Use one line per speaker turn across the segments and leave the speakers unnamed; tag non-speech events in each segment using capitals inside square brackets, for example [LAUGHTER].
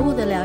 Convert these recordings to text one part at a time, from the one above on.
物的疗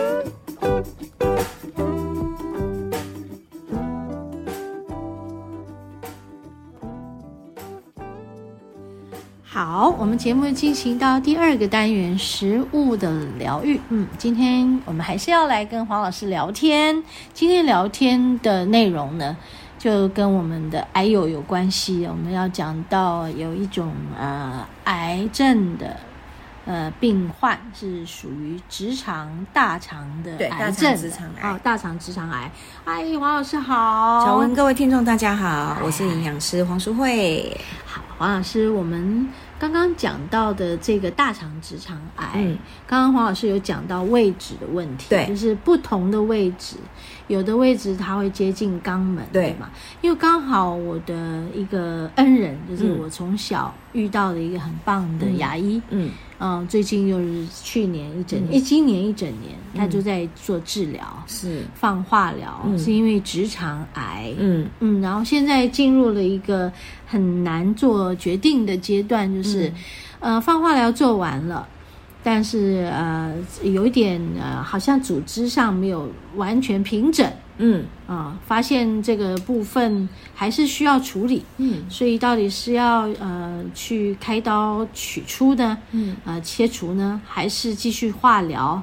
好，我们节目进行到第二个单元食物的疗愈。嗯，今天我们还是要来跟黄老师聊天。今天聊天的内容呢，就跟我们的癌友有关系。我们要讲到有一种呃癌症的呃病患是属于直肠大肠的
对
癌
大肠
症的，
直肠癌
哦，大肠直肠癌。哎，黄老师好，
小文，各位听众大家好，我是营养师黄淑慧。
好，黄老师，我们刚刚讲到的这个大肠直肠癌，
嗯
刚刚黄老师有讲到位置的问题，
对
就是不同的位置，有的位置它会接近肛门，
对
嘛？因为刚好我的一个恩人，就是
嗯
我从小遇到的一个很棒的牙医，
嗯，
嗯、最近又是去年一整，
嗯
诶今年一整年，他就在做治疗。
是，
放化疗、
嗯
是因为直肠癌，
嗯
嗯，然后现在进入了一个很难做决定的阶段，就是，呃，放化疗做完了，但是呃，有一点呃，好像组织上没有完全平整
嗯
啊、发现这个部分还是需要处理，
嗯
所以到底是要呃去开刀取出呢，
嗯
呃切除呢，还是继续化疗？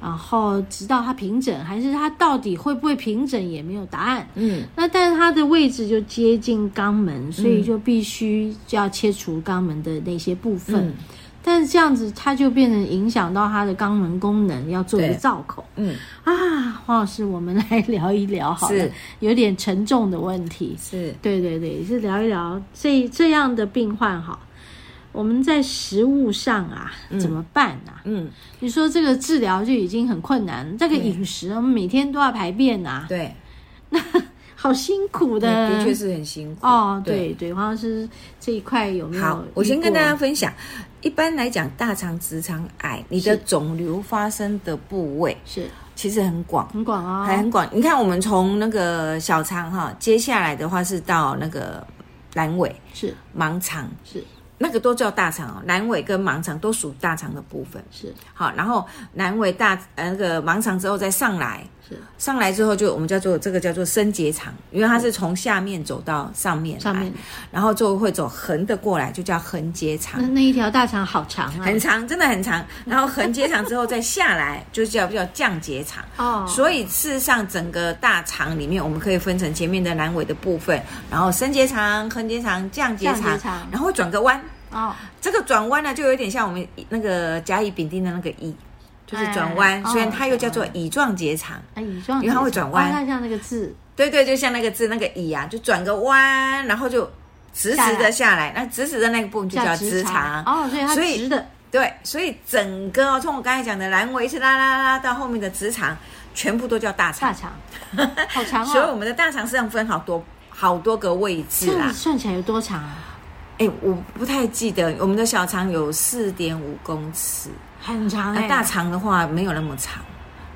然后直到它平整，还是它到底会不会平整也没有答案。
嗯
那但是它的位置就接近肛门，所以就必须就要切除肛门的那些部分。
嗯
但是这样子，它就变成影响到它的肛门功能，要做一个
对
造口
嗯，
啊。黄老师，我们来聊一聊好了
是，
有点沉重的问题。
是，
对对对，是聊一聊这这样的病患哈，我们在食物上啊、怎么办啊？
嗯
你说这个治疗就已经很困难，这个饮食我们每天都要排便啊，
对，
好辛苦的。
的确是很辛苦
哦，对对，黄老师这一块有没有？
好，我先跟大家，分享，一般来讲，大肠直肠癌你的
是
肿瘤发生的部位
是
其实很广。
很广哦，
还很广，你看我们从那个小肠哈，接下来的话是到那个阑尾、
是
盲肠，
是
那个都叫大肠哦，阑尾跟盲肠都属大肠的部分。
是
好，然后阑尾大呃那个盲肠之后再上来，
是
上来之后就我们叫做这个叫做升结肠，因为它是从下面走到上面来
上面，
然后就会走横的过来，就叫横结肠
那，那一条大肠好长啊，
很长，真的很长。然后横结肠之后再下来，就叫叫降结肠。
哦，
所以事实上，整个大肠里面，我们可以分成前面的阑尾的部分，然后升结肠、横结肠、降结
降结
肠
肠，
然后转个弯。
哦
这个转弯呢，就有点像我们那个甲乙丙丁的那个乙，就是转弯。
哎
虽然它又叫做
哦
乙状结肠，
哎，乙状结肠，
因为它会转弯
哦它像那个字，
对对，就像那个字那个乙啊，就转个弯，然后就直直的下来。那直直的那个部分就叫直肠。
哦，所以它
所以
直的，
对，所以整个哦，从我刚才讲的阑尾一直拉拉拉到后面的直肠，全部都叫大肠
大。肠，
[LAUGHS]
好长
所以我
哦。
们的大肠实际上分好多好多个位置
这样
啦
子。算起来有多长啊？
哎，我不太记得我们的小肠有四点五公尺，
很长
那、
哎、
大肠的话没有那么长，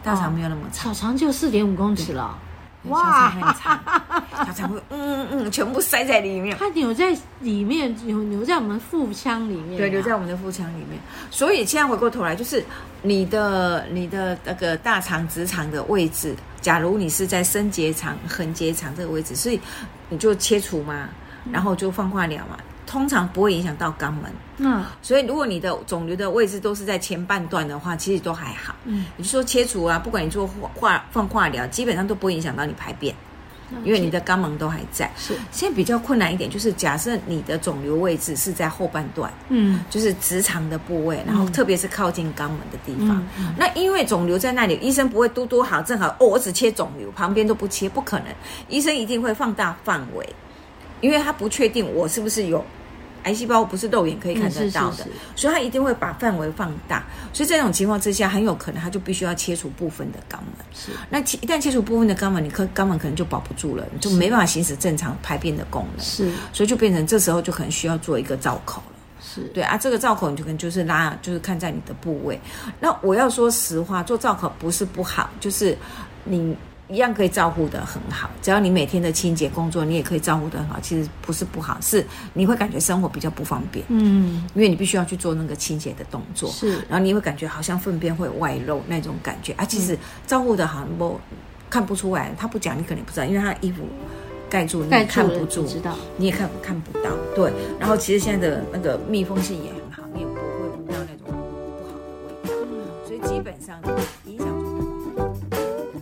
大肠没有那么长。
小肠就四点五公尺了。
哦哇，
哇，
很长，小肠会嗯嗯嗯，全部塞在里面，
它扭在里面，扭扭在我们腹腔里面啊、
对，留在我们的腹腔里面。所以现在回过头来，就是你的你的那个大肠直肠的位置，假如你是在升结肠、横结肠这个位置，所以你就切除嘛，然后就放化疗嘛，通常不会影响到肛门。
嗯
所以，如果你的肿瘤的位置都是在前半段的话，其实都还好。
嗯，
你就说切除啊，不管你做化化放化疗，基本上都不会影响到你排便，因为你的肛门都还在。
是
现在比较困难一点，就是假设你的肿瘤位置是在后半段，
嗯
就是直肠的部位，然后特别是靠近肛门的地方。
嗯嗯
那因为肿瘤在那里，医生不会嘟嘟好，正好哦，我只切肿瘤，旁边都不切，不可能。医生一定会放大范围，因为他不确定我是不是有癌细胞，不是肉眼可以看得到的，
嗯是是是
所以他一定会把范围放大。所以这种情况之下，很有可能他就必须要切除部分的肛门。
是
那切一旦切除部分的肛门，你可肛门可能就保不住了，你就没办法行使正常排便的功能，
是
所以就变成这时候就可能需要做一个造口了。
是
对啊，这个造口你就可能就是拉，就是看在你的部位。那我要说实话，做造口不是不好，就是你一样可以照顾的很好，只要你每天的清洁工作，你也可以照顾的很好。其实不是不好，是你会感觉生活比较不方便，
嗯，
因为你必须要去做那个清洁的动作，
是
然后你会感觉好像粪便会外露那种感觉啊。其实照顾的好像不看不出来，他不讲你可能也不知道，因为他的衣服盖住，你
盖
也
住
看
了
不
就
住，
知道，
你也看看不到。对，然后其实现在的那个密封性也很好，你也不会闻到那种不好的味道，所以基本上影响就不大。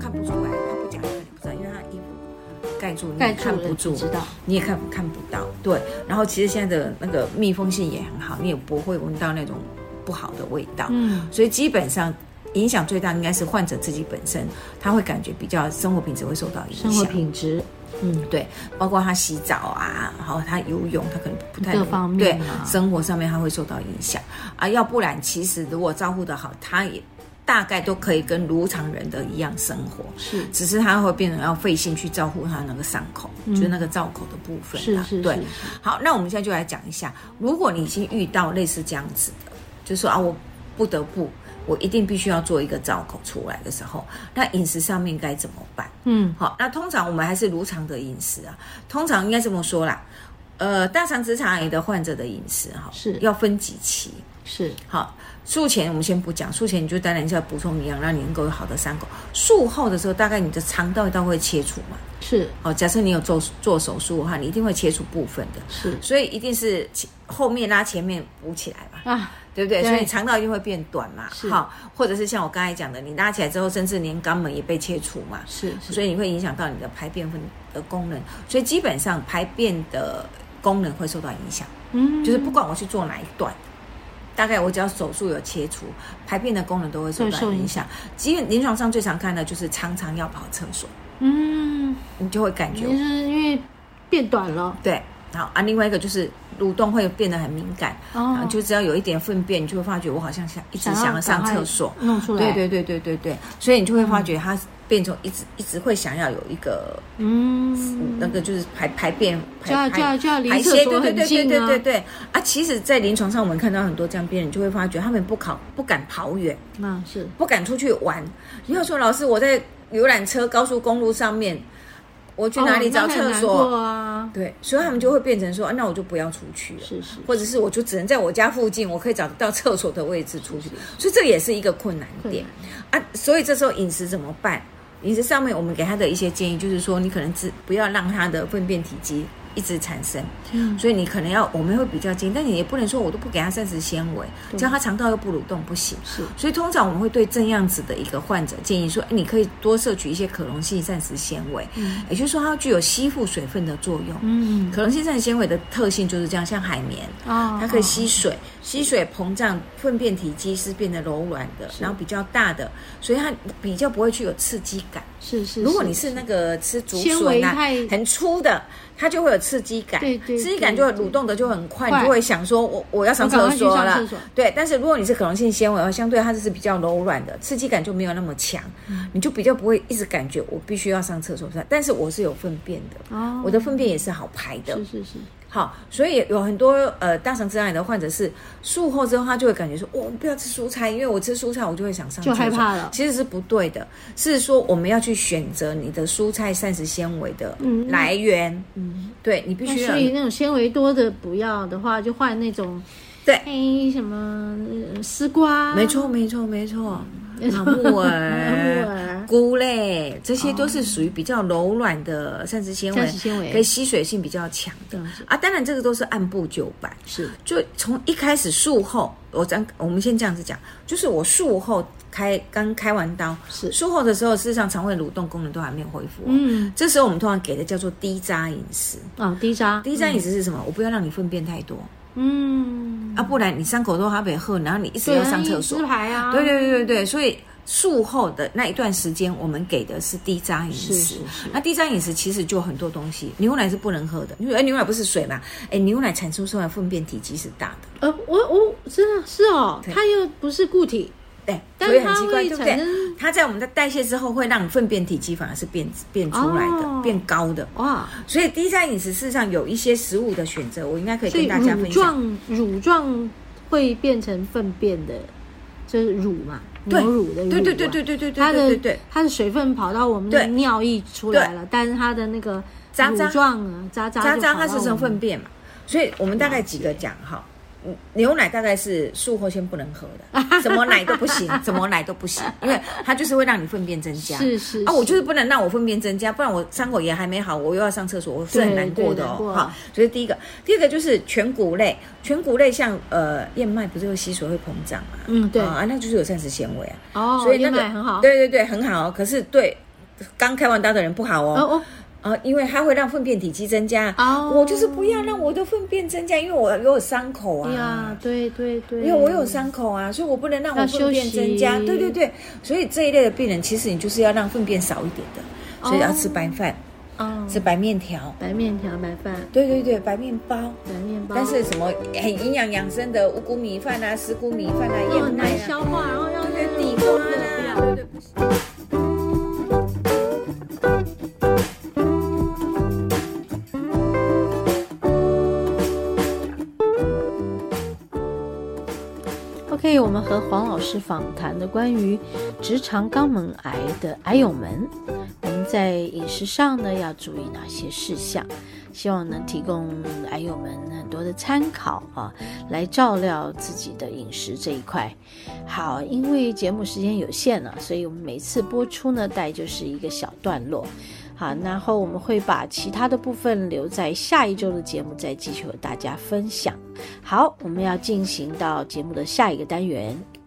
看不出来，他不讲你可能不知道，因为他衣服盖住，你
盖
也
住
看
了
不
就
住，
知道，
你也看看不到。对，然后其实现在的那个密封性也很好，你也不会闻到那种不好的味道。
嗯，
所以基本上影响最大应该是患者自己本身，他会感觉比较生活品质会受到影响。
生活品质，嗯，
对，包括他洗澡啊，然后他游泳，他可能不太
各
能
方面啊
对
嘛
生活上面他会受到影响啊。要不然，其实如果照顾得好，他也大概都可以跟如常人的一样生活，
是
只是他会变成要费心去照顾他那个伤口，就是那个造口的部分、啊。
嗯是是
对
是，。
好，那我们现在就来讲一下，如果你已经遇到类似这样子的，就说啊，我不得不，我一定必须要做一个造口出来的时候，那饮食上面该怎么办？
嗯，
好，那通常我们还是如常的饮食啊，通常应该这么说啦，呃，大肠直肠癌的患者的饮食哈，
是
要分几期。
是
好，术前我们先不讲，术前你就当然是要补充营养，让你能够有好的伤口。术后的时候，大概你的肠道一道会切除嘛。
是
好，假设你有做做手术的话，你一定会切除部分的，
是
所以一定是前后面拉前面补起来嘛。
啊，
对不对？
对
所以肠道一定会变短嘛，
是
好，或者是像我刚才讲的，你拉起来之后，甚至连肛门也被切除嘛，
是是，
所以你会影响到你的排便分的功能，所以基本上排便的功能会受到影响。
嗯，
就是不管我去做哪一段，大概我只要手术有切除，排便的功能都会受
会
到
受影
影响。即便临床上最常看的就是常常要跑厕所，
嗯，
你就会感觉
就是因为变短了，
对。好啊，另外一个就是蠕动会变得很敏感，
哦
啊，就只要有一点粪便，你就会发觉我好像想一直
想要
想要上
赶快
厕所，
弄出来，
对，对对对对对，所以你就会发觉它变成一直一直会想要有一个
嗯，
那个就是排排便，
就要
排
就要
排
就要离
排
厕
泄，对
所
对
很
对对
近
对
啊
对，对啊！其实，在临床上我们看到很多这样病人，就会发觉他们不考不敢跑远，
那是
不敢出去玩。你要说老师，我在游览车、高速公路上面，我去哪里找厕
哦那很难
所？
过啊？
对，所以他们就会变成说，啊那我就不要出去了。
是是，
或者是我就只能在我家附近，我可以找得到厕所的位置出去，所以这也是一个困难点啊。所以这时候饮食怎么办？饮食上面我们给他的一些建议就是说，你可能只不要让他的粪便体积一直产生，
嗯
所以你可能要我们会比较建议，但你也不能说我都不给他膳食纤维，
对
只要他肠道又不蠕动不行。
是
所以通常我们会对这样子的一个患者建议说，哎你可以多摄取一些可溶性膳食纤维，
嗯
也就是说它具有吸附水分的作用。
嗯
可溶性膳食纤维的特性就是这样，像海绵，
啊
它可以
哦
吸水，吸水膨胀，粪便体积是变得柔软的，
是
然后比较大的，所以它比较不会去有刺激感。
是是，
如果你是那个吃竹
纤维
笋啊
太，
很粗的，它就会有刺激感，
对对
刺激感
对
就会
对
蠕动的就很快，
快
你就会想说我我要上
我赶
厕
快去
所
上
了
厕所。
对，但是如果你是可溶性纤维的话，相对它就是比较柔软的，刺激感就没有那么强，
嗯
你就比较不会一直感觉我必须要上厕所，但是我是有粪便的，
哦
我的粪便也是好排的，
是是是
好，所以有很多呃大肠直肠癌的患者是术后之后，他就会感觉说，哦我不要吃蔬菜，因为我吃蔬菜我就会想上
就
厕所
害怕了
其实是不对的，是说我们要去选择你的蔬菜膳食纤维的
嗯
来源，
嗯，
对你必
那
须要
所以那种纤维多的不要的话，就换那种
对
黑什么呃丝瓜，
没错，没错，没错。啊木
[LAUGHS] 木
耳、
耳、
菇类，这些都是属于比较柔软的膳食纤
膳
维
食，纤维
可以吸水性比较强的
了解
啊。当然，这个都是按部就班。
是
就从一开始术后，我咱我们先这样子讲，就是我术后开刚开完刀，
是，
术后的时候，事实上肠胃蠕动功能都还没有恢复、嗯，
嗯，
这时候我们通常给的叫做低渣饮食。
哦，低渣，
低渣饮食是什么？我不要让你粪便太多
嗯，嗯，
啊，不然你伤口都还没喝，然后你一直
对
要
啊
上
一
厕所
字。排啊，
对对对对对，所以术后的那一段时间，我们给的是低渣饮
是
食
是。是，
那低渣饮食其实就很多东西，牛奶是不能喝的，因为哎牛奶不是水嘛，哎牛奶产出出来粪便体积是大的，
呃，我我真的是哦，
对
它又不是固体，
对，
但
所以很
它
奇怪，
会
对不
产
对？
生
它在我们的代谢之后，会让粪便体积反而是变变出来的、
哦
变高的。
哇，
所以低渣饮食事实上有一些食物的选择，我应该可以
所
跟
以
大家
乳
分享。
状乳状会变成粪便的，就是乳嘛，
对
牛乳的乳啊，
对对对对对对对
它
对
的
对对，
它的水分跑到我们的
对
尿液出来了，但是它的那个
渣
乳
渣
状啊渣渣
渣
就
渣
跑
它
到
是
我
成
们
粪便嘛，所以我们大概几个讲哈。嗯牛奶大概是术后先不能喝的，什么奶都不行，什么奶都不行，因为它就是会让你粪便增加。
[LAUGHS] 是是
啊，我就是不能让我粪便增加，不然我伤口也还没好，我又要上厕所，我是很
对
难过的
对难
哦。
过
哈，所以第一个，第二个就是全谷类，全谷类像呃燕麦不是会吸水会膨胀嘛？
嗯对
啊，那就是有膳食纤维啊，
哦，
所以那
燕
个
麦很好，
对对对，很好哦。可是对刚开完刀的人不好哦。
哦哦
啊，因为它会让粪便体积增加。
哦
我就是不要让我的粪便增加，因为我有伤口啊。
呀，对对对，
因为我有伤口啊，所以我不能让我
嗯要
粪便
休息
增加。对对对，所以这一类的病人，其实你就是要让粪便少一点的，所以要吃白饭、
哦，
吃白面条。
白面条、白饭、
对对对，白面包。
白面包，哦
但是什么很营养养生的五谷米饭啊、十谷米饭啊、
又
燕
很
麦
难
啊，
哦消化，然后让
对
那
对
个
地
地
瓜
沟
啦，
不
对
了。
对不行。
OK，我们和黄老师访谈的关于直肠肛门癌的癌友们，我们在饮食上呢要注意哪些事项？希望能提供癌友们很多的参考啊，来照料自己的饮食这一块。好，因为节目时间有限了，所以我们每次播出呢，大概就是一个小段落。好，然后我们会把其他的部分留在下一周的节目再继续和大家分享。好，我们要进行到节目的下一个单元——